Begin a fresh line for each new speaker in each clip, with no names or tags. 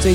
最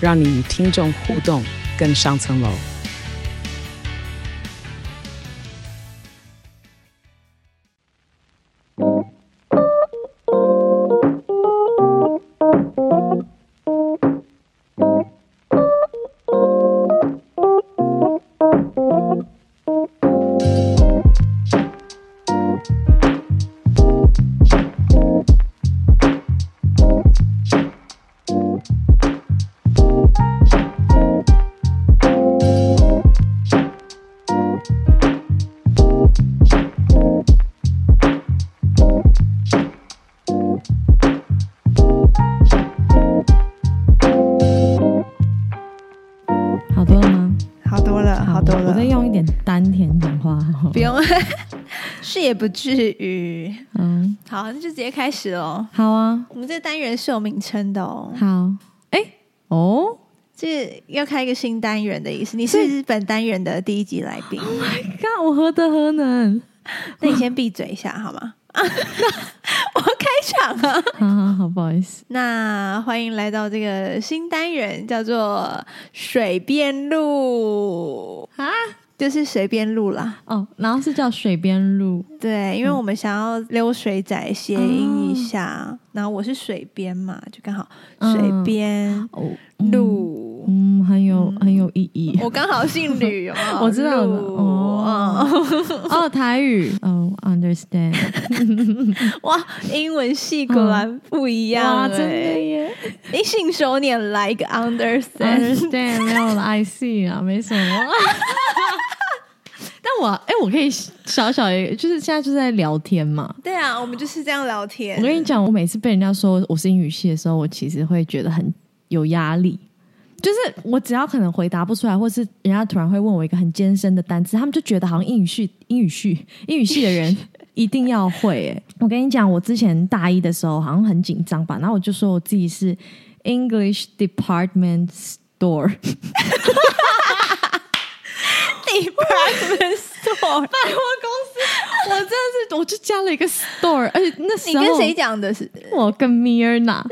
让你与听众互动更上层楼。
好多了吗？
好多了，好多
我
了
再，用一点丹田讲话。好
不，用，是也不至于。
嗯，
好，那就直接开始喽。
好啊，
我们这个单元是有名称的哦，
好，哎、哦
这要开一个新单元的意思。你是本单元的第一集来 宾，
看我何德何能？
那你先闭嘴一下好吗？ 我开场了。
好好好，不好意思，
那欢迎来到这个新单元，叫做“水边路”啊，就是随便录啦。
哦，然后是叫水边路，
对，因为
嗯
我们想要溜水仔谐
哦
音一下，然后我是水边嘛，就刚好水边
哦，嗯，
路。
嗯，很有很有意义。
我刚好姓吕，有没有
我知道了
哦路
哦 哦，台语，哦，understand，
嗯哇，英文系果然不一样、
嗯哇，
欸，
真的 耶哎
你信手拈来一个 understand，
，understand，没有了，I see 啊，没什 么。但我哎、我可以小小一，就是现在就是在聊天嘛，
对啊，我们就是这样聊天。
我跟你讲，我每次被人家说我是英语系的时候，我其实会觉得很有压力。就是我只要可能回答不出来，或是人家突然会问我一个很艰深的单词，他们就觉得好像英语系、英语系、英语系的 人一定要会、欸。我跟你讲，我之前大一的时候好像很紧张吧，然后我就说我自己是 English Department Store，
Department Store，
百货公司，我真的是我就加了一个 store，而且那时
你
候
跟谁讲的是？
我跟 Mirna，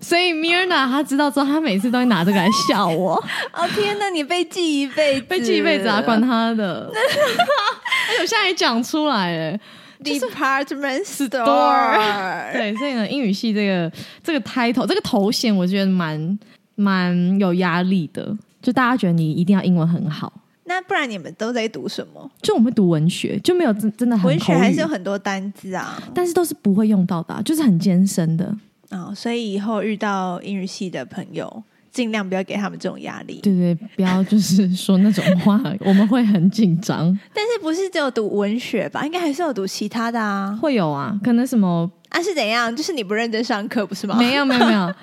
所以 Mirna 她知道之后，她每次都会拿这个来笑 我，
哦天哪，你被记一辈子，
被记一辈子啊，管她的。 而且我现在也讲出来 了，
Department
Store
Store。
对，所以呢，英语系这个这个 title 这个头衔，我觉得蛮蛮有压力的，就大家觉得你一定要英文很好。
那不然你们都在读什么？
就我们读文学，就没有真真的很
文学
嗯口语
还是有很多单字啊，
但是都是不会用到的啊、就是很艰深的。
哦，所以以后遇到英语系的朋友，尽量不要给他们这种压力。
对对，不要就是说那种话，我们会很紧张。
但是不是只有读文学吧？应该还是有读其他的啊。
会有啊，可能什么
啊，是怎样？就是你不认真上课，不是吗？
没有没有没 有，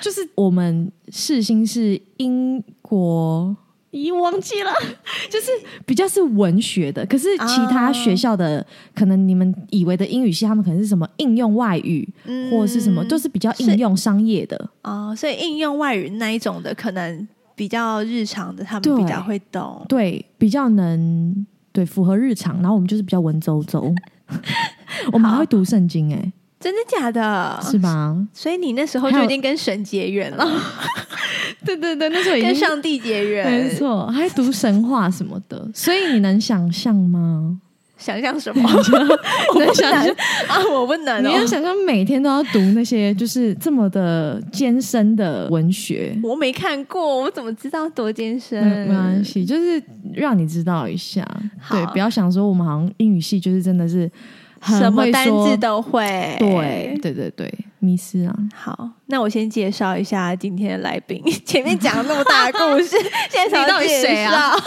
就是我们世新是英国，咦，忘记了， 就是比较是文学的。可是其他学校的，可能你们以为的英语系，他们可能是什么应用外语、
嗯
或者是什么，都是比较应用商业的。
哦，所以应用外语那一种的，可能比较日常的，他
对
们比较会懂。
对，比较能对符合日常。然后我们就是比较文绉 绉，我们还会读圣经、欸，
真的假的
哎，？是吧？
所以你那时候
还
就
有
已经跟神结缘了，
对对对，那时候 已
跟
经。
上帝 结
没
缘。
错，还读神话什么的，所以你能想象吗？
想象什 么？
你能
我不
想象
能啊，我不能
你要
哦。
想象每天都要读那些就是这么的艰深的文学，
我没看过，我怎么知道多艰
没没关
深？
系，就是让你知道一下，
好
对，不要想说我们好像英语系就是真的是很
什么
会
单
说
字都会。
对，对对对，迷失啊，
好，那我先介绍一下今天的来宾。 前面讲了那么大 的故事，现在才要
你到底
介
谁啊
绍？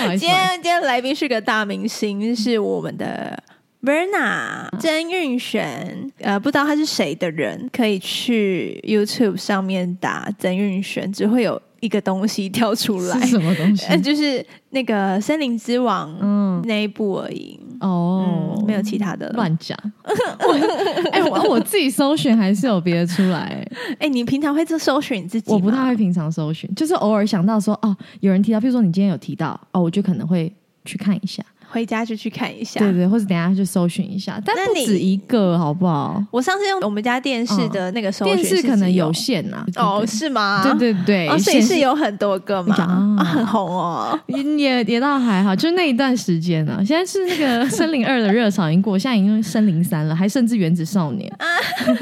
不好意思
今，天今天来宾是个大明星，是我们的 Verna 曾运璇，呃，不知道他是谁的人，可以去 YouTube 上面打曾运璇，只会有一个东西跳出来
是，什么 东西？
呃，就是那个《森林之王》
嗯，
那一部而已，
哦，
嗯，没有其他的了。
乱讲。 我哎、我我自己搜寻还是有别的出来、哎
哎、你平常会做搜寻你自己吗？
我不太会平常搜寻，就是偶尔想到说哦，有人提到，譬如说你今天有提到哦，我就可能会去看一下，
回家就去看一下。
对对，或者等一下去搜寻一下，但
那
不
你
止一个，好不好？
我上次用我们家电视的那个搜寻，
嗯电视可能有
有
限呐、
哦，是吗？
对对对，
哦，所以
显
是
示
有很多个嘛，
呀
啊，很红哦。
也也倒还好，就那一段时间呢、啊。现在是那 个森林二的热潮已经过，现在已经森林三了，还甚至原子少年。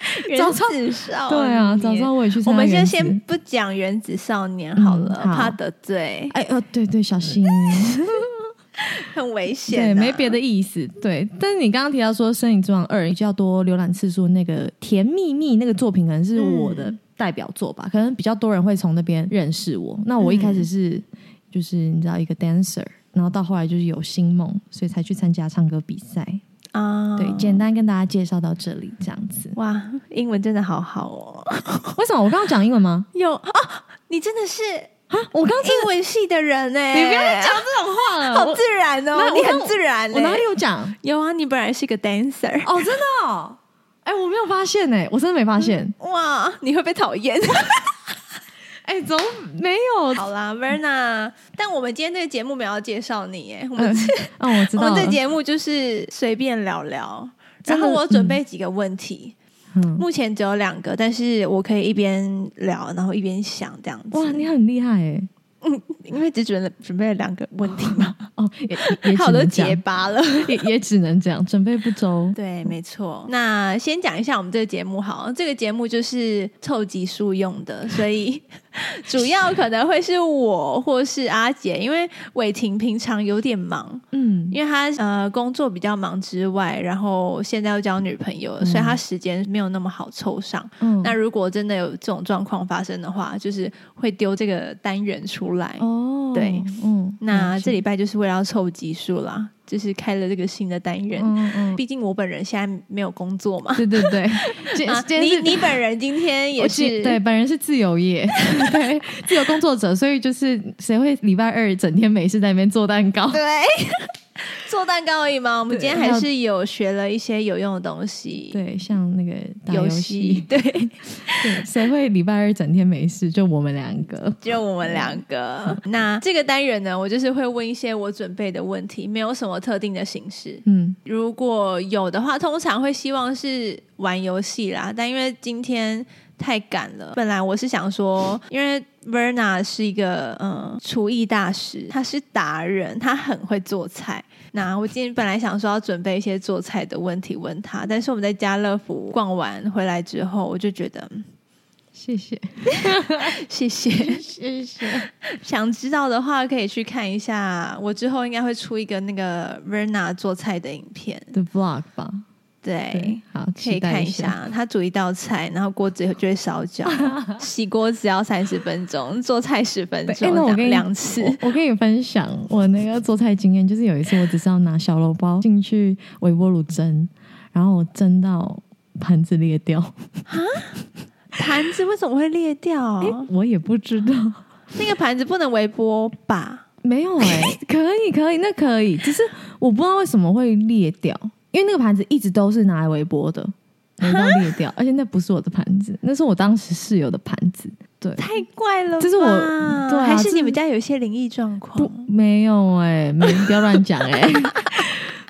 早
原
上
子少
对啊，
年
早知道我也去
我
参加
们
原
就
子。
先不讲原子少年好了，
嗯好
怕得罪，
哎哦，对对，小心，
很危险、
对，
啊
没别
的。
的意思，对。但是你刚刚提到说《森林之王二》较多浏览次数，那个《甜蜜蜜》那个作品可能是我的
嗯
代表作吧，可能比较多人会从那边认识我。那我一开始是、就是你知道一个 dancer，然后到后来就是有星梦，所以才去参加唱歌比赛。
啊，
对，简单跟大家介绍到这里，这样子。
哇，英文真的好好哦。
为什么我刚刚讲英文吗？
有啊，你真的是
啊，我刚
英文系的人呢、
你不要再讲这种话了，
好
我
自然
那
哦，
我
你很自然、欸。
我哪里有讲？
有啊？你本来是个 dancer，
哦，真的、哦，哎、我没有发现哎、我真的没发现，
哇，你会被讨厌。
哎、怎么没有？
好啦，Verna，但我们今天这个节目没有要介绍你耶，我们、
嗯， 哦，我知
我
道
们这
了，
节目就是随便聊聊。然
真的
后我准备几个问题，
嗯，
目前只有两个，但是我可以一边聊，然后一边想这样子。
哇，你很厉害哎、
因为只准了准备了两个问题 嘛，
哦，也也也
好
只
多
能
结
讲，
巴了。
也也只能这样，准备不周。
对，没错。那先讲一下我们这个节目好了，这个节目就是凑集数用的，所 以主要可能会是我或是阿杰，因为伟霆平常有点忙，
嗯，
因为他呃工作比较忙之外，然后现在又交女朋友了，所以他时间没有那么好凑上。
嗯
那如果真的有这种状况发生的话，就是会丢这个单元出来。
哦，
对，
嗯，
那
了解
这礼拜就是为了要凑集数啦，就是开了这个新的单元。
嗯嗯，
毕竟我本人现在没有工作嘛，
对对 对，今
啊
今天
你
是
你本人今天也
我记
是
对，本人是自由 业，对，自由工作者，所以就是谁会礼拜二整天没事在那边做蛋糕？
对做蛋糕而已嘛。我们
对
今天
还
还
有
是有学了一些有用的东西，
对，像那个打
游戏
戏，
对，
对，谁会礼拜二整天没事？就我们两个。
只有我们两 个。那这个单元呢，我就是会问一些我准备的问题，没有什么特定的形式。
嗯，
如果有的话，通常会希望是玩游戏啦，但因为今天太赶了，本来我是想 说，因为 Verna 是一个嗯厨艺大师，他是达人，他很会做菜。那我今天本来想说要准备一些做菜的问题问他，但是我们在家乐福逛完回来之后，我就觉得嗯
谢谢，
谢谢。
谢谢。
想知道的话，可以去看一下，我之后应该会出一个那个 Verna 做菜的影片，
The vlog 吧，
对。
对，好，
哎可以
期待
看一
一。
下，他煮一道菜，然后锅子就会 烧焦，洗锅子要三十分钟，做菜十分
对哎
钟，
那我
两
跟你
两次。
我我跟你分享我那个做菜经验，就是有一次我只是要拿小笼包进去微波炉蒸，然后我蒸到盘子裂掉，
盘子为什么会裂掉？
我也不知道。
那个盘子不能微波吧？
没有哎、 可以可以，那可以，只是我不知道为什么会裂掉，因为那个盘子一直都是拿来微波的，没到裂掉，而且那不是我的盘子，那是我当时室友的盘子。对，
太怪了吧，
这是我对啊
还
这
是
是
你们家有一些灵异状况
不？没有哎、没不要乱讲 哎，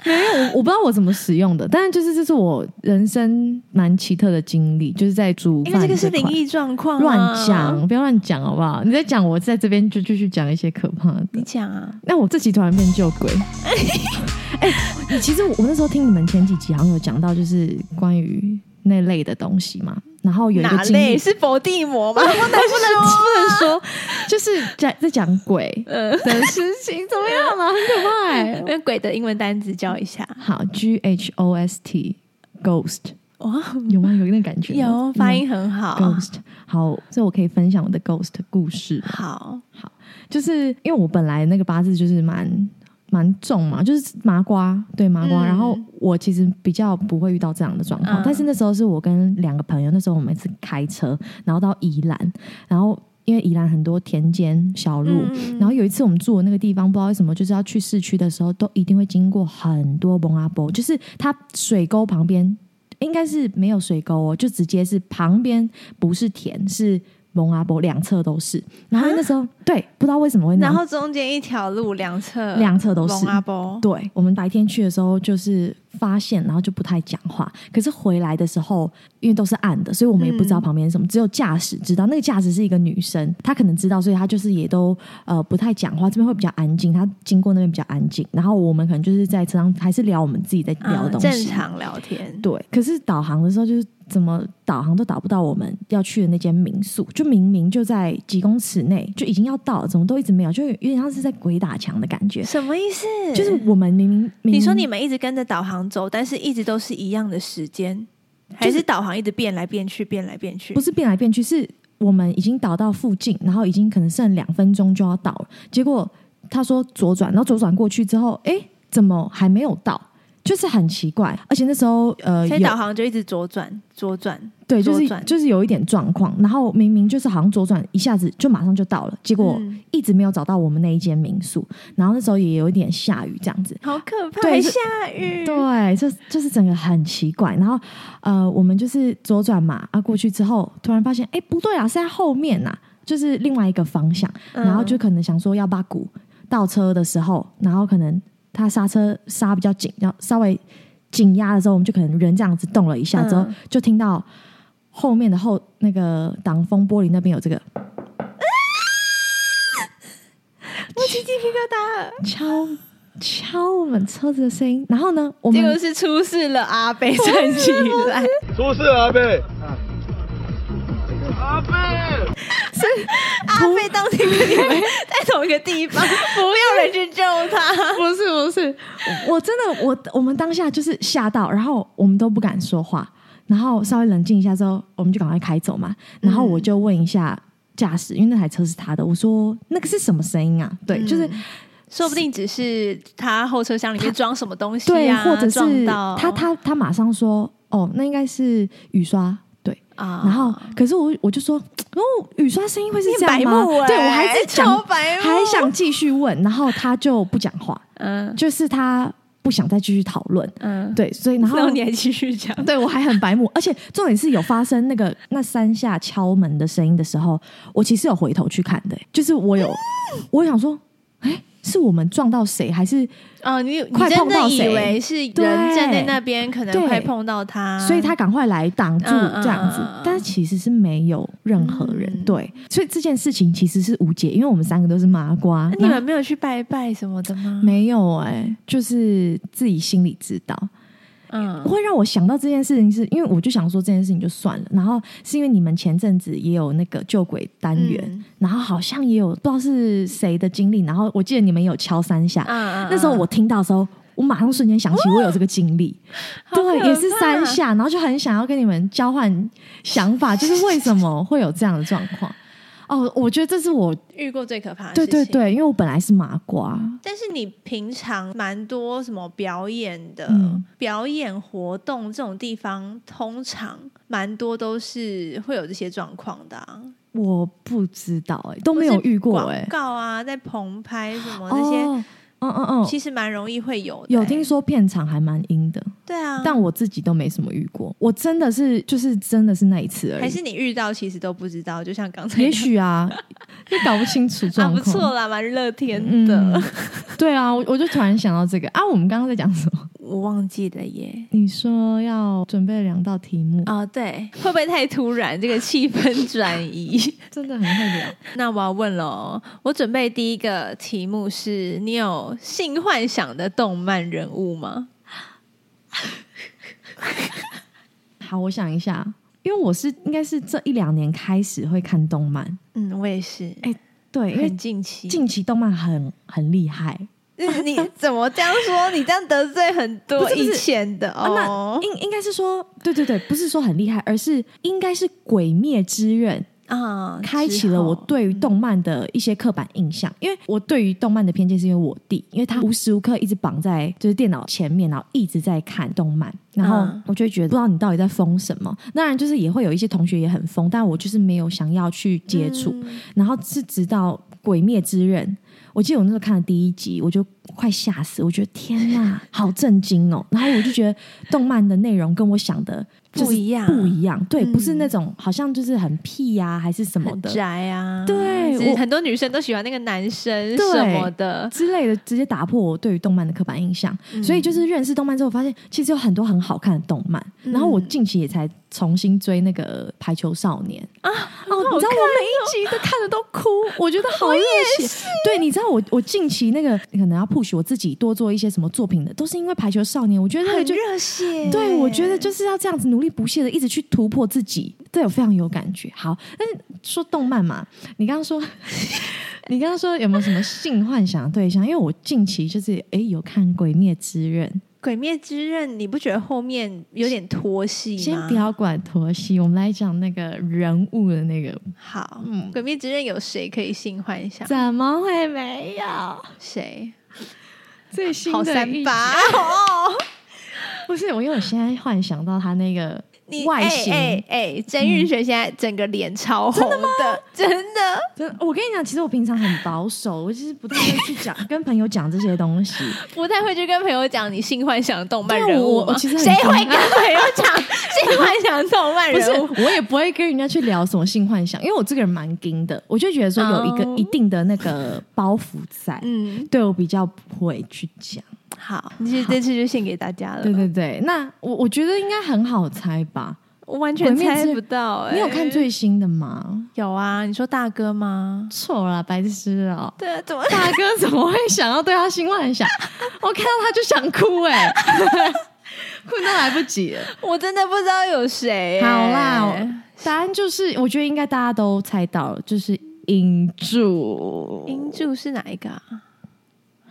没有，我我不知道我怎么使用的，但是就是这是我人生蛮奇特的经历，就是在煮
因
饭
为这个是
块
灵异状况、啊，
乱讲，不要乱讲好不好？你在讲，我在这边就继续讲一些可怕的。
你讲啊，
那我这集突然变救鬼。 哎、其实我我那时候听你们前几集好像有讲到，就是关于那类的东西嘛。然后有一
哪
个经历
类，是伏地魔 吗？
不能不能不能说，就是在在讲鬼
嗯，
的事情，怎么样啊了？很可怕、 欸。
那鬼的英文单词教一下。
好，G H O S T ghost
哇，
有吗？有那个感觉吗？
有发音很好。
嗯 ghost 好，所以我可以分享我的 ghost 故事。
好，
就是因为我本来那个八字就是蛮蛮重嘛，就是麻瓜，对麻瓜。
嗯
然后我其实比较不会遇到这样的状况，
嗯
但是那时候是我跟两个朋友，那时候我们是开车，然后到宜兰，然后因为宜兰很多田间小路。
嗯
然后有一次我们住的那个地方，不知道为什么，就是要去市区的时候，都一定会经过很多蒙阿波，就是它水沟旁边应该是没有水沟哦，就直接是旁边不是田是蒙阿波，两侧都是。然后那时候对，不知道为什么会那样
啊然后中间一条路两侧
两侧都是
龙。阿波，
对，我们白天去的时候就是发现，然后就不太讲话。可是回来的时候，因为都是暗的，所以我们也不知道
嗯
旁边是什么，只有驾驶知道。那个驾驶是一个女生，她可能知道，所以她就是也都呃不太讲话。这边会比较安静，她经过那边比较安静。然后我们可能就是在车上还是聊我们自己在聊的
嗯
东西，
正常聊天，
对，可是导航的时候就是怎么导航都导不到我们要去的那间民宿，就明明就在几公尺内，就已经要到了，怎么都一直没有，就有点像是在鬼打墙的感觉。
什么意思？
就是我们明明明
嗯你说你们一直跟着导航走，但是一直都是一样的时间，还是导航一直变来变去，变来变去？
不是变来变去，是我们已经导到附近，然后已经可能剩两分钟就要到了，结果他说左转，然后左转过去之后，哎，怎么还没有到？就是很奇怪，而且那时候呃，
所以
有
导航就一直左转，左转，
对，就
左
是
转
就是有一点状况，然后明明就是好像左转一下子就马上就到了，结果
嗯
一直没有找到我们那一间民宿，然后那时候也有一点下雨这样子，
好可怕，
对
还
是
下雨，
对，就就是整个很奇怪。然后呃，我们就是左转嘛，啊过去之后，突然发现，哎，不对啊，是在后面呐、就是另外一个方向。
嗯
然后就可能想说要把鼓倒车的时候，然后可能他刹车刹比较紧，然后稍微紧压的时候，我们就可能人这样子动了一下之后，
嗯
就听到后面的后那个挡风玻璃那边有这个。
我起鸡皮疙
敲敲我们车子的声音，然后呢，我
瘩，
们
结果是出事了，阿贝站起来，
出事了，阿贝！阿贝！
阿贝当天跟你们在同一个地方，不要人去救他，
不是不是， 我真的我我们当下就是吓到，然后我们都不敢说话，然后稍微冷静一下之后，我们就赶快开走嘛。然后我就问一下驾驶，因为那台车是他的，我说那个是什么声音啊？
嗯
对，就是
说不定只是他后车厢里面装什么东西
对，
啊，
或者
撞
是
到
他他他马上说哦，那应该是雨刷。对，
啊
然后可是我我就说哦，雨刷声音会是
你
这样
白
吗？
目欸
对我还是
超
讲
白目，
还想继续问，然后他就不讲话，
嗯
就是他不想再继续讨论。
嗯，
对，所以 然后
然后你还继 续讲，
对我还很白目，而且重点是有发生那个那三下敲门的声音的时候，我其实有回头去看的、欸就是我有，我想说，哎、是我们撞到谁，还是、
哦，你你
快
真
碰
的
到
以
谁
为是人
对
站在那边，可能
对
会碰到他，
所以他赶快来挡住
啊嗯嗯
这样子，
嗯嗯
但其实是没有任何人、
嗯
对，所以这件事情其实是无解，因为我们三个都是麻瓜，
那你们没有去拜拜什么的吗
那？，没有哎、就是自己心里知道，
嗯，
会让我想到这件事情是，因为我就想说这件事情就算了，然后是因为你们前阵子也有那个救鬼单元，
嗯
然后好像也有不知道是谁的经历，然后我记得你们有敲三下，
嗯嗯
那时候我听到的时候，我马上瞬间想起我有这个经历，
哦好
对，
可
也是三
怕
下，然后就很想要跟你们交换想法，就是为什么会有这样的状况。哦，我觉得这是我
遇过最可怕的
对
事情，
对。对，因为我本来是麻瓜，
但是你平常蛮多什么表演的、
嗯
表演活动这种地方，通常蛮多都是会有这些状况的、啊，
我不知道哎、都没有遇过哎、
广告啊，在棚拍什么那些，
哦，嗯嗯嗯，
其实蛮容易会有的、
有
欸
听说片场还蛮阴的，
对啊，
但我自己都没什么遇过。我真的是就是真的是那一次而已，
还是你遇到其实都不知道，就像刚才 那
也
样
许啊，就搞不清楚
啊
状
不
况。
错啦，蛮乐天
嗯
的。，
对啊，我我就突然想到这个啊，我们刚刚在讲什么？
我忘记了耶。
你说要准备两道题目，
哦，对，会不会太突然？这个气氛转移。
真的很会聊。
那我要问喽，我准备第一个题目是：你有性幻想的动漫人物吗？
好，我想一下，因为我是应该是这一两年开始会看动漫，
嗯，我也是，
哎对，因为
很近期。
近期动漫很很厉害。
嗯 你怎么这样说？你这样得罪很
不
多
是不是
以前的
啊，那
哦。
应应该是说，对对对，不是说很厉害，而是应该是《鬼灭之刃》
啊，
开启了我
之后嗯
对于动漫的一些刻板印象，因为我对于动漫的偏见是因为我弟，因为他无时无刻一直绑在就是电脑前面，然后一直在看动漫，然后
嗯
我就会觉得不知道你到底在疯什么。当然，就是也会有一些同学也很疯，但我就是没有想要去接触。
嗯
然后是直到《鬼灭之刃》，我记得我那时候看了第一集，我就快吓死，我觉得天呐，好震惊哦！然后我就觉得动漫的内容跟我想的就是
不一样
不一样，对，
嗯
不是那种好像就是很屁呀、还是什么
很
的
宅啊，
对
只是
我
很多女生都喜欢那个男生
对
什么的，
之类的，直接打破我对于动漫的刻板印象。
嗯
所以就是认识动漫之后，发现其实有很多很好看的动漫。
嗯
然后我近期也才重新追那个《排球少年》啊，哦，你知道我每一集都看的都哭，我觉得好热血。对，你知道我我近期那个可能要 push 我自己多做一些什么作品的，都是因为《排球少年》，我觉得那个
很
就。
热血。
对，我觉得就是要这样子努力不懈的，一直去突破自己，对我非常有感觉。好，但是说动漫嘛，你刚刚说， 你刚刚说有没有什么性幻想的对象？因为我近期就是哎有看《鬼灭之刃
《鬼灭之刃》，你不觉得后面有点拖戏》，吗？
先不要管陀西，我们来讲那个人物的那个，
好，
嗯
鬼灭之刃》有谁可以性幻想？
怎么会没有？
谁？
最新
好
的
三
一
八
集
哦！
不是我，因为我现在幻想到他那个
你
外形。
哎哎哎，曾玉璇现在整个脸超红的，真的。
真的，我跟你讲，其实我平常很保守，我就是不太会去 讲跟朋友讲这些东西。
不太会去跟朋友讲你性幻想的动漫
对啊
人物
我
吗
我其实很
谁
尴
会跟朋友 讲性幻想动漫
不是
人物？，
我也不会跟人家去聊什么性幻想，因为我这个人蛮硬的，我就觉得说有一个
哦
一定的那个包袱在，
嗯，
对我比较不会去讲。
好，这这次就献给大家了。
对对对，那我我觉得应该很好猜吧？
我完全
鬼灭
猜
之
不到、哎
你有看最新的吗？
有啊？你说大哥吗？
错了，白痴哦、
对啊，怎么？
大哥怎么会想要对他性幻想？ 我看到他就想哭 哎、哭都来不及了。
我真的不知道有谁、
好
哎
啦，答案就是，我觉得应该大家都猜到了，就是银柱。
英柱是哪一个、啊？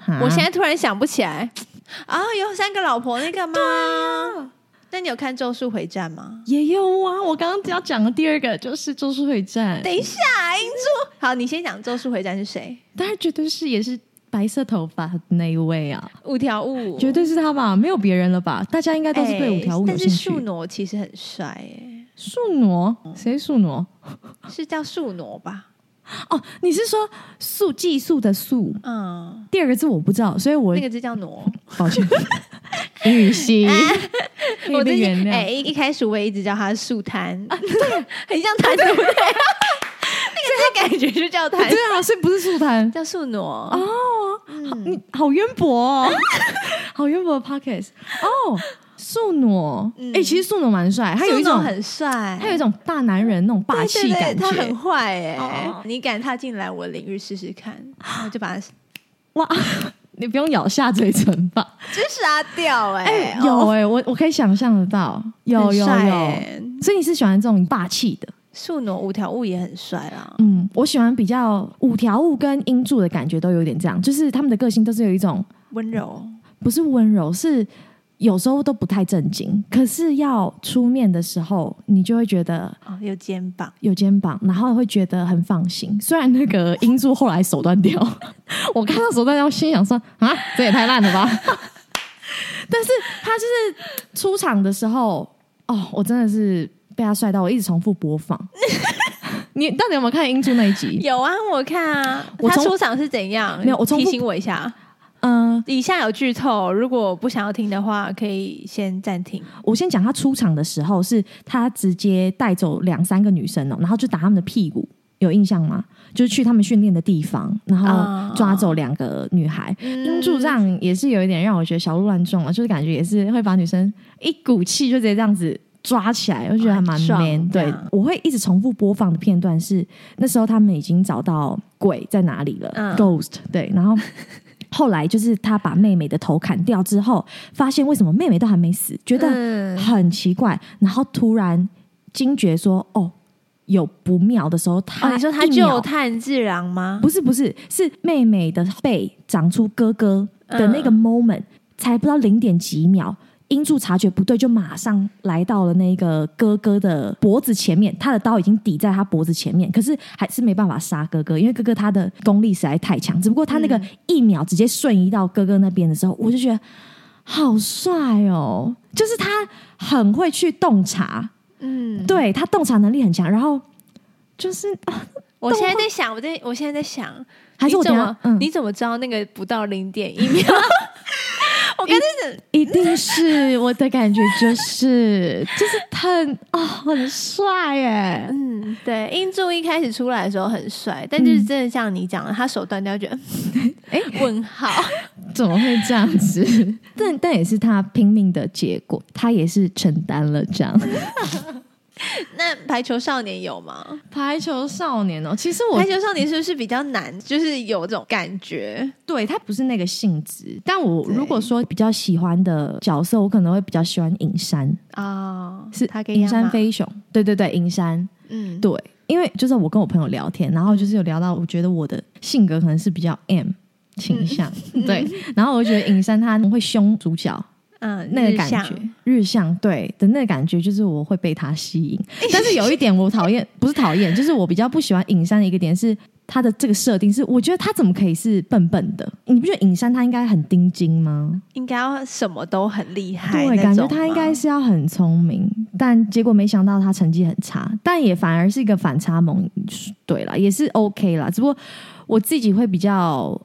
哈
我现在突然想不起来嗯啊、有三个老婆那个吗？那你有看《咒术回战》吗？
也有啊，我刚刚要讲的第二个就是《咒术回战》，
等一下，英柱，好，你先讲《咒术回战》是谁？
当然绝对是也是白色头发的那一位啊，
五条悟，
绝对是他吧，没有别人了吧？大家应该都是对五条悟有
哎但
兴
是
趣。
树挪其实很帅，哎，
树挪谁树挪？
是叫树挪吧？
哦，你是说素技术的素？
嗯，
第二个字我不知道，所以我、
那个字叫挪。
抱 歉，英语 系，可以
我
被
最
原
近
谅。
哎、一一开始我也一直叫他树摊， 很像摊，对不对？ 那个字感觉就叫摊
对，啊，所以不是素 谈。
叫树挪啊。
哦
嗯
你好渊博、哦， 好渊博的 pockets 哦，素挪，哎、
嗯
其实素挪蛮帅，他有一
树挪
种
很帅，
他有一种大男人那种
啊
霸气
对对
感
对
觉，
他很坏哎、
哦
你敢踏进来我的领域试试看，我就 把他
哇！ 你不用咬下嘴唇吧？
就杀掉哎、哦
有哎、我我可以想象得到，有
很
有
帅
有。
哎
所以你是喜欢这种霸气的？
树挪五条悟也很帅啊啦。
嗯，我喜欢比较五条悟跟英柱的感觉都有点这样，就是他们的个性都是有一种
温柔，
不是温柔，是有时候都不太正经，可是要出面的时候，你就会觉得
哦，有肩膀，
有肩膀，然后会觉得很放心。虽然那个英柱后来手断 掉，我看到手断掉，我心想说啊，这也太烂了吧！ 但是他就是出场的时候，哦，我真的是被他帅到，我一直重复播放。 你到底有没有看英柱那一集？
有啊，我看啊，
我
他
从
出场是怎样？
没有我从
提
不
醒我一下，
嗯、
以下有剧透，如果不想要听的话，可以先暂停。
我先讲他出场的时候，是他直接带走两三个女生哦、然后就打他们的屁股，有印象吗？就是去他们训练的地方，然
啊
后抓走两个女孩。
嗯
英柱这样也是有一点让我觉得小鹿乱撞了，就是感觉也是会把女生一股气就直接这样子。抓起来，我觉得还蛮
很爽
man。
啊这
对
样，
我会一直重复播放的片段是那时候他们已经找到鬼在哪里了、
嗯
g h o s t 对， 然后后来就是他把妹妹的头砍掉之后，发现为什么妹妹都还没死，觉得
嗯
很奇怪，然后突然惊觉说：“哦，有不妙的时候。他”
哦，你说他
一秒
救炭治郎吗？
不是不是是妹
嗯
妹的背长出哥哥的那个 moment，、才不知道零点几秒，英柱察觉不对，就马上来到了那个哥哥的脖子前面，他的刀已经抵在他脖子前面，可是还是没办法杀哥哥，因为哥哥他的功力实在太强。只不过他那个一秒直接瞬移到哥哥那边的时候，我就觉得好帅哦，就是他很会去洞察，
嗯，
对他洞察能力很强，然后就是、啊
我现在在想，我在我现在在想，
还是我
你
等
怎
一
么
下、嗯
你怎么知道那个不到零点一秒？我刚才是
一定是我的感觉就是 就是很哦很帅耶，
嗯，对，英柱一开始出来的时候很帅，但就是真的像你讲的，他手断掉，觉得 哎问号，
怎么会这样子？ 但但也是他拼命的结果，他也是承担了这样。
那排球少年有吗？
排球少年哦，其实我
排球少年是不是比较难？就是有这种感觉，
对他不是那个性质，但我
对
如果说比较喜欢的角色，我可能会比较喜欢尹山，
哦，
是
他给
尹山，飞雄。对对对，尹山。
嗯，
对，因为就是我跟我朋友聊天，然后就是有聊到，我觉得我的性格可能是比较 M 倾向， 对。然后我就觉得尹山他会凶主角
嗯，
那个
日
感
向
觉，日向对的那个感觉，就是我会被他吸引。但是有一点我讨厌，不是讨厌，就是我比较不喜欢尹山的一个点是。他的这个设定是，我觉得他怎么可以是笨笨的？你不觉得尹山他应该很盯金吗？
应该要什么都很厉害，
对，感觉他应该。是要很聪明，但结果没想到他成绩很差，但也反而是一个反差萌。对啦，也是 OK 啦，只不过我自己会比较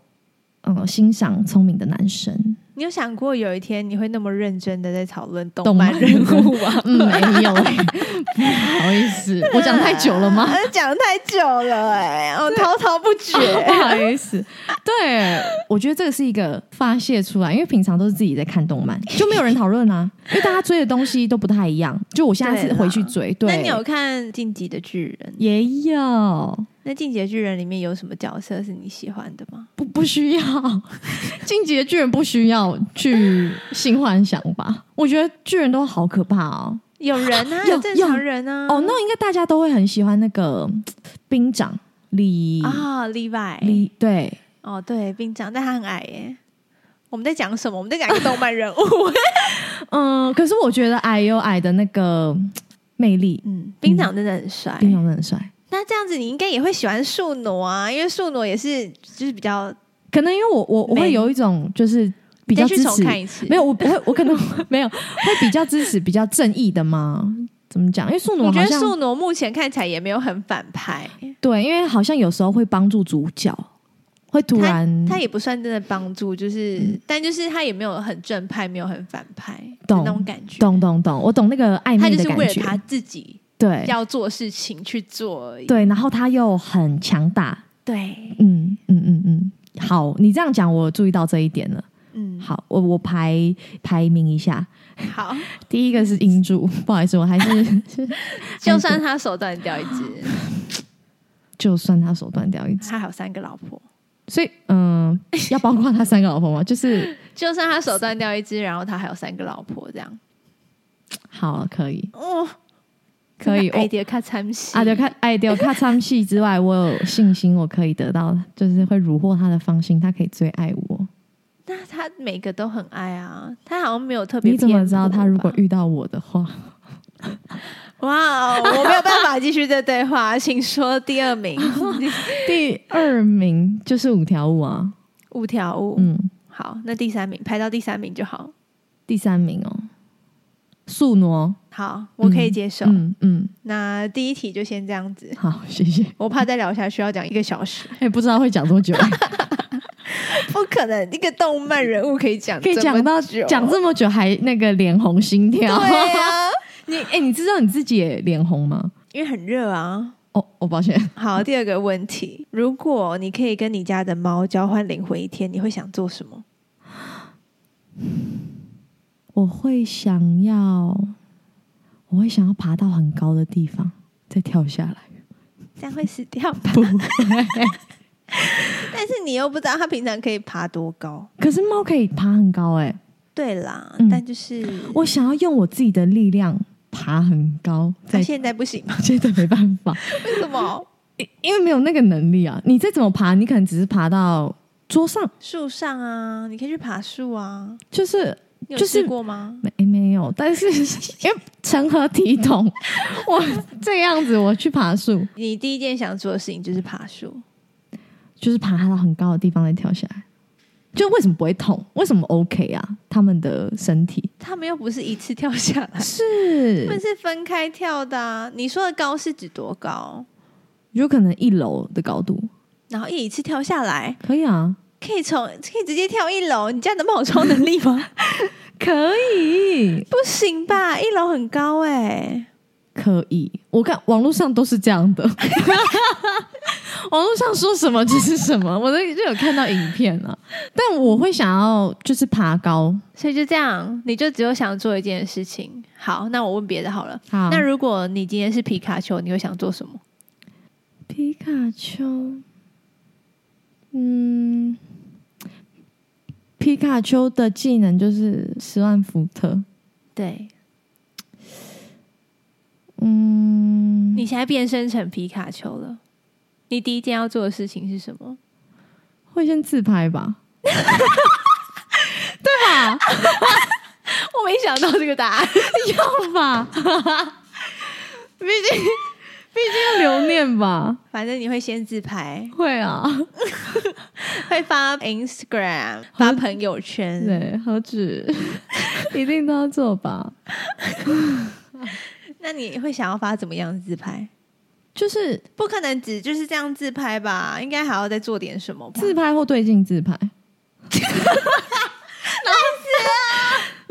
嗯欣赏聪明的男生。
你有想过有一天你会那么认真的在讨论动
动
漫
漫
人物啊吗？
嗯，没有、欸，不好意思，我讲太久了吗？？
讲太久了哎、我滔滔不绝。
不好意思，对，我觉得这个是一个发泄出来，因为平常都是自己在看动漫，就没有人讨论啊，因为大家追的东西都不太一样。就我现在
对
是
啦
回去追， 对，
那你有看《进击的巨人》？
也有，
那《进击的巨人》里面有什么角色是你喜欢的吗？
不不需要， 进击的巨人不需要去性幻想吧？我觉得巨人都好可怕哦。
有 人啊，
有
有正常人啊。
哦，那应该大家都会很喜欢那个嗯兵长李
啊，Levi。
李对，
哦，对，兵长，但他很矮耶。我们在讲什么？我们在讲一个动漫人物。
嗯，可是我觉得矮有矮的那个 嗯魅力，
嗯，兵长真的很帅。
兵长真的很帅。
那这样子，你应该也会喜欢树挪啊，因为树挪也是就是比较
可能因为我我我
Man
会有一种就是比较
再去
支
重
持，
看一次。
没有我不会，我可能没有会比较支持比较正义的吗？怎么讲？因为素奴
我觉
好
得
像
素挪目前看起来也没有很反派，
对，因为好像有时候会帮助主角，会突然
他也不算真的帮助，就是、
嗯
但就是他也没有很正派，没有很反派，
懂
那种感觉。
懂懂懂，我懂那个暧
他
昧
就
的
是
感
为了
觉，
他自己
对
要做事情去做而已。
对，然后他又很强大，
对，
嗯嗯嗯嗯。好，你这样讲，我注意到这一点了。
嗯，
好，我我排排名一下，
好，
第一个是英柱，不好意思，我还是
就算他手断掉一只，
就算 他手断掉一只，
他还有三个老婆；
所以嗯、要包括他三个老婆吗？就是
就算他手断掉一只，然后他还有三个老婆，这样
好，可以，
哦，
可以，
爱
我
迪看参戏
啊，就看哎，对，看唱戏之外，我有信心，我可以得到，就是会虏获他的芳心，他可以最爱我。
那他每个都很爱啊，他好像没有特别。
你怎么知道他如果？遇到我的 话？
哇哦，我没有办法继续这对话，请说第 二名
第二名就是五条悟啊，
五条悟。
嗯，
好，那第三名排到第三名就好。
第三名哦，素挪，
好，我可以接受。
嗯嗯，
那第一题就先这样子，
好，谢谢。
我怕再聊下去要讲一个小时，
哎、不知道会讲多久，
不可能一个动漫人物可以讲
可以讲到讲这么久还那个脸红心跳。
对啊，
你哎、你知道你自己也脸红吗？
因为很热啊。
哦，我抱歉，
好，第二个问题，如果你可以跟你家的猫交换灵魂一天，你会想做什么？
我会想要，我会想要爬到很高的地方再跳下来。
这样会死掉吧？但是你又不知道它平常可以爬多高。
可是猫可以爬很高哎、
对啦，
嗯
但就是
我想要用我自己的力量爬很高，
它
再
啊现在不行吗？
真的没办法，
为什么？
因因为没有那个能力啊。你再怎么爬，你可能只是爬到桌上，
树上啊，你可以去爬树啊。
就是
你有
就是
试过吗？
没没有，但是 因为成何体统， 我这样子我去爬树，
你第一件想做的事情就是爬树，
就是爬到很高的地方再跳下来。就为什么不会痛？为什么 OK 啊？他们的身体
他们又不是一次跳下 来，
是
他们是分开跳的、啊。你说的高是指多高？
有可能一楼的高度
然后一一次跳下来，
可以啊，
可以从可以直接跳一楼，你这样能保超能力 吗？
可以，
不行吧，一楼很高哎、
可以。我看网络上都是这样 的，网络上说什么就是什么。我都就有看到影片啊，但我会想要就是爬高。
所以就这样，你就只有想做一件事情。好，那我问别的好了。
好，
那如果你今天是皮卡丘，你会想做什么？
皮卡丘，嗯，皮卡丘的技能就是十万伏特。
对，
嗯，
你现在变身成皮卡丘了，你第一件要做的事情是什么？
会先自拍吧？对吧？
我没想到这个答案。
要吧？毕竟，毕竟要留念吧？
反正你会先 自拍，
会啊，
会发 Instagram，发朋友圈。
对，何止一定都要做吧？
那你会想要发怎么样的自拍？
就是
不可能只就是这样自拍吧？应该还要再做点什么吧？
自拍或对镜自拍，然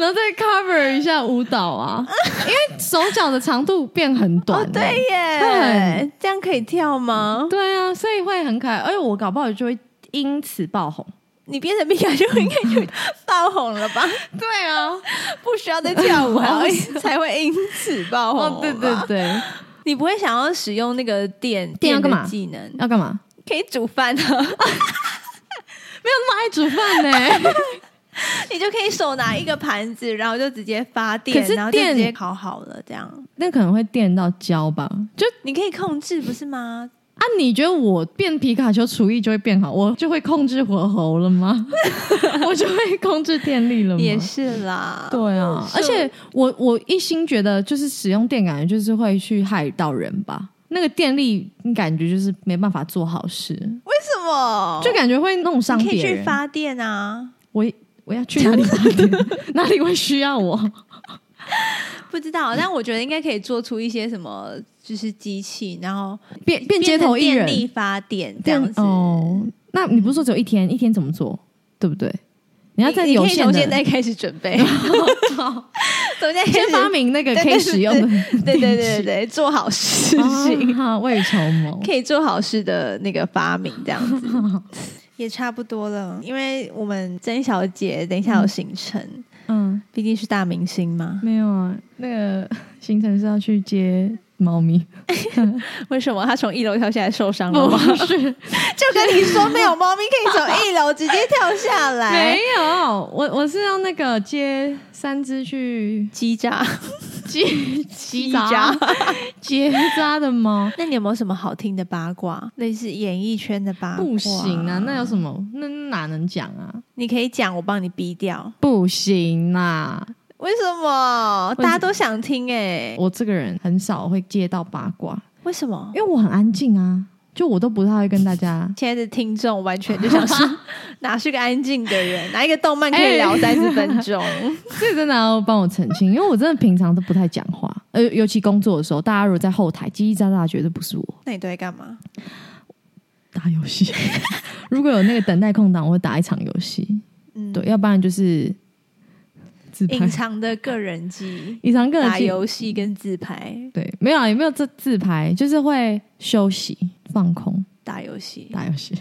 后再 cover 一下舞蹈啊，因为手脚的长度变很短、
哦，对
会
耶
很，
这样可以跳吗？
对啊，所以会很可爱。而且我搞不好就会因此爆红。
你变成皮卡丘应该 就爆红了吧？
对啊，
不需要再跳舞， 还会才会因此爆红。
哦，对对，对，
你不会想要使用那个电
电要干嘛
的技能？
要干嘛？
可以煮饭啊，
没有那么爱煮饭呢、
你就可以手拿一个盘子，然后就直接发电，
可是
然后就
电
直接烤好了，这样
那可能会电到焦吧。就
你可以控制，不是吗？
啊，你觉得我变皮卡丘厨艺就会变好，我就会控制火候了 吗？我就会控制电力了吗？
也是啦，
嗯对啊，
是
而且我我一心觉得就是使用电，感觉就是会去害到人吧。那个电力，你感觉就是没办法做好事，
为什么？
就感觉会弄伤
哦你可以
别
去
人。
发电啊，
我我要去哪 里发电？哪里会需要我？
不
嗯
知道，但我觉得应该可以做出一些什么，就是机器，然后
变变街头艺
变成
人，
电力发电这样子。
哦。那你不是说只有一天？一天怎么做？对不对？你要在
你
有
可以
限
从
的
现在开始准 备，从现在开
先
始
发，明那个
对
可以
对
使用的
对对
电
对对
池
对，做好事情，
啊哈，未筹谋。
可以做好事的那个发明，这样子 也差不多了。因为我们曾小姐等一下有行程，
嗯，
毕竟是大明星嘛，
没有啊，那个行程是要去接猫咪，
为什么她从一楼跳下来受伤了吗？
是
就跟你说没有猫咪可以从一楼直接跳下
没
来，
有，我我是要那个接三只去
鸡渣。
接结
扎
结扎的猫，
那你有没有什么好听的八卦？类似演艺圈的八卦？
不行啊，那有什么？那哪能讲啊？
你可以讲，我帮你逼掉。
不行啊，
为什么
我
大家都想听、欸？哎，
我这个人很少会接到八卦，
为什么。
因？为我很安静啊，就我都不太会跟大家
现在的听众完全就 想说，哪是个安静的人？哪一个动漫可以聊
哎
三十分钟？
这真的要帮我澄清，因为我真的平常都不太讲话，呃，尤其工作的时候，大家如果在后台叽叽喳喳，绝对不是我
那你都在干嘛？
打游戏。 如果有那个等待空档，我会打一场游戏，
嗯，
对，，要不然就是自拍
隐，藏的个人技，
隐藏个人
打
技
游戏跟自拍，
对，没有啊也没有这自拍，就是会休息、放空、
打游戏。
打游戏。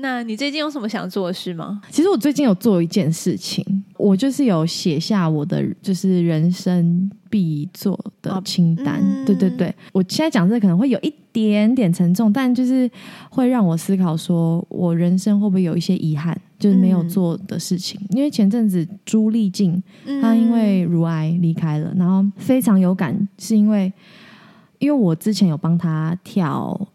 那你最近有什么想做的事吗？
其实我最近有做一件事情，我就是有写下我的就是人生必做的清单。
哦嗯
对对对，我现在讲这可能会有一点点沉重，但就是会让我思考，说我人生会不会有一些遗憾，就是没
嗯
有做的事情。因为前阵子朱丽静
嗯啊
她因为乳癌离开了，然后非常有感，是因为因为我之前有帮她跳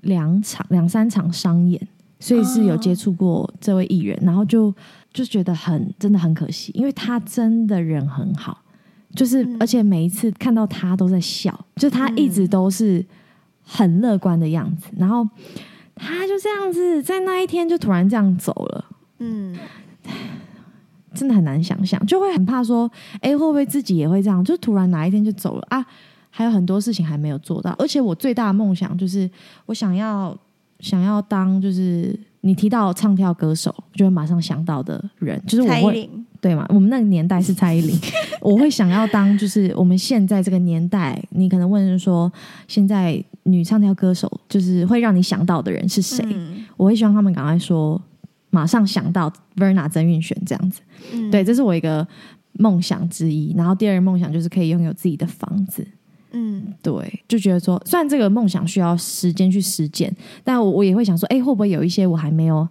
两场两三场商演，所以是有接触过这位艺人，然后就就觉得很真的很可惜，因为他真的人很好，就是、
嗯
而且每一次看到他都在笑，就他一直都是很乐观的样子，然后他就这样子在那一天就突然这样走了。
嗯，
真的很难想象，就会很怕说，哎、会不会自己也会这样？就突然哪一天就走了啊？还有很多事情还没有做到，而且我最大的梦想就是，我想要想要当就是你提到唱跳歌手，就会马上想到的人，就是我
蔡依
会
林，
对嘛？我们那个年代是蔡依林，我会想要当就是我们现在这个年代，你可能问说，现在女唱跳歌手就是会让你想到的人是谁？
嗯
我会希望他们赶快说，马上想到 Verna 曾韵璇这样子。
嗯
对，，这是我一个梦想之一。然后第二个梦想就是可以拥有自己的房子。
嗯
对，就觉得说，虽然这个梦想需要时间去实践，但我我也会想说，哎，会不会有一些我还没有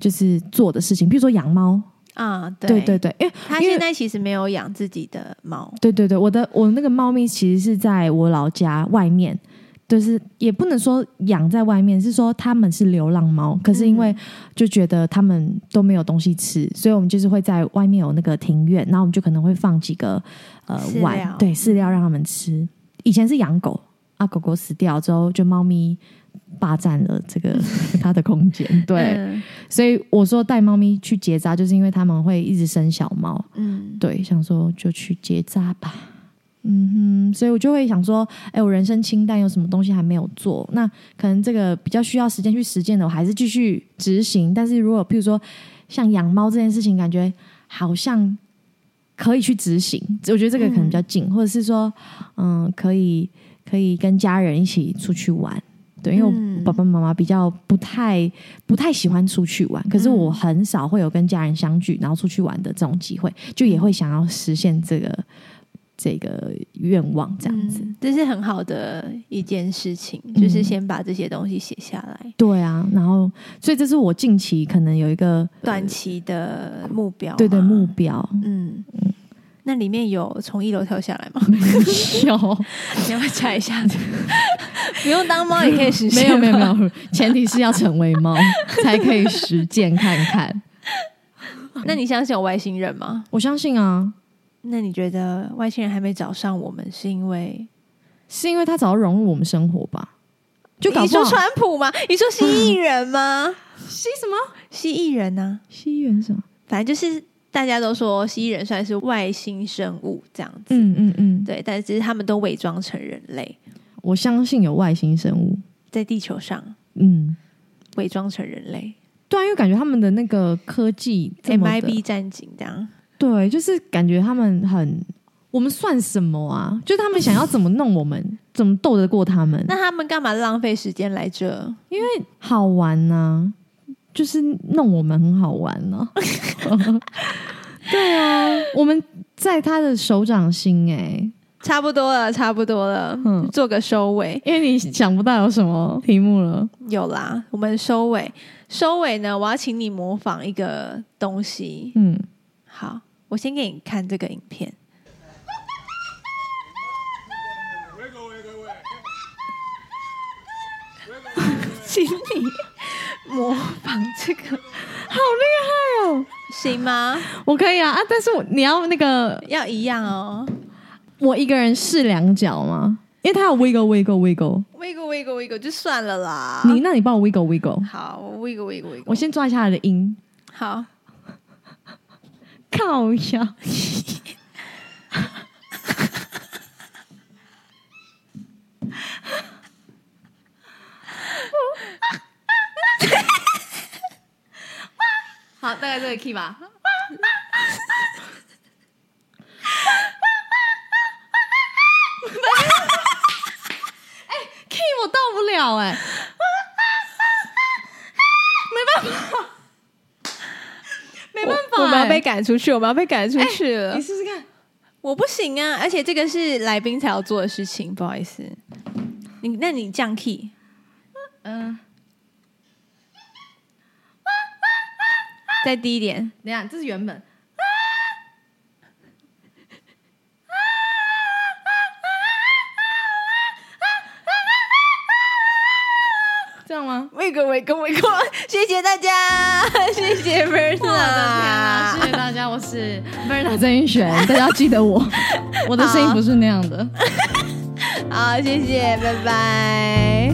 就是做的事情，比如说养猫。
啊，
对对对，因为
他
因为
现在其实没有养自己的猫，
对对对，我的我那个猫咪其实是在我老家外面，就是也不能说养在外面，是说它们是流浪猫。可是因为就觉得它们都没有东西吃，所以我们就是会在外面有那个庭院，然后我们就可能会放几个呃
饲料
碗，对饲料让它们吃。以前是养狗啊，狗狗死掉之后，就猫咪霸占了这个它的空间。对，
嗯
所以我说带猫咪去结扎，就是因为它们会一直生小猫。
嗯，
对，想说就去结扎吧。嗯哼，所以我就会想说，哎，我人生清单有什么东西还没有做？那可能这个比较需要时间去实践的，我还是继续执行。但是如果譬如说像养猫这件事情，感觉好像可以去执行，我觉得这个可能比较近，或者是说，嗯，可以可以跟家人一起出去玩。对，因为我
嗯
爸爸妈妈比较不太不太喜欢出去玩，可是我很少会有跟家人相聚然后出去玩的这种机会，就也会想要实现这个这个愿望这样子。
嗯这是很好的一件事情，
嗯
就是先把这些东西写下来，
对啊，然后所以这是我近期可能有一个
短期的目标嘛，
对对目标，
嗯，那里面有从一楼跳下来吗？
嗯有
你要不要加 一下？不用当猫也可以实
没
现
有
吗，
没有没有，前提是要成为猫才可以实践看看。
那你相信有外星人吗？
我相信啊，
那你觉得外星人还没找上我们，是因为
是因为它早就融入我们生活吧？就搞
你
不
说
好
川普吗？你说蜥蜴人 吗？
吸什么
蜥蜴人呢、
西元什么？
反正就是大家都说蜥蜴人算是外星生物这样子，
嗯嗯嗯，
对，但是他们都伪装成人类，
我相信有外星生物。
在地球上
嗯，
伪装成人类
对啊，因为感觉他们的那个科技这么的
，MIB 战警这样，
对，就是感觉他们很，我们算什么啊？就是他们想要怎么弄我们， 怎么斗得过他们？
那他们干嘛浪费时间来这？
好玩呐、就是弄我们很好玩 呢、对啊，我们在他的手掌心哎、
差不多了，差不多了，
嗯
做个收尾。
因为你想不到有什么题目了。
有啦，我们收尾，收尾呢，我要请你模仿一个东西。
嗯，
好，我先给你看这个影片。 请你模仿这个，
好厉害哦！
行吗？
我可以啊啊，但是我你要那个
要一样哦。
我一个人试两脚吗？因为他有 wiggle wiggle wiggle，、
wiggle wiggle wiggle 就算了啦。
你那你帮我 wiggle wiggle，
好我，wiggle wiggle wiggle。
我先抓一下他的音。
好，
靠腰。好，大概这个 key 吧。哎，key 我到不了 哎、没办法，没办法、哎
我们要被赶出去，我们要被赶出去了。
你试试看。
我不行啊，而且这个是来宾才要做的事情，不好意思。你那你降 key，
嗯，
再低一点，
等一下，这是原本。这样吗？
喂个喂个喂个， 谢谢大家， 谢谢 b e r
我的天啊！谢谢大家，我是 Verna 曾云璇，大家要记得 我，我的声音不是那样的。
好，谢谢，拜拜。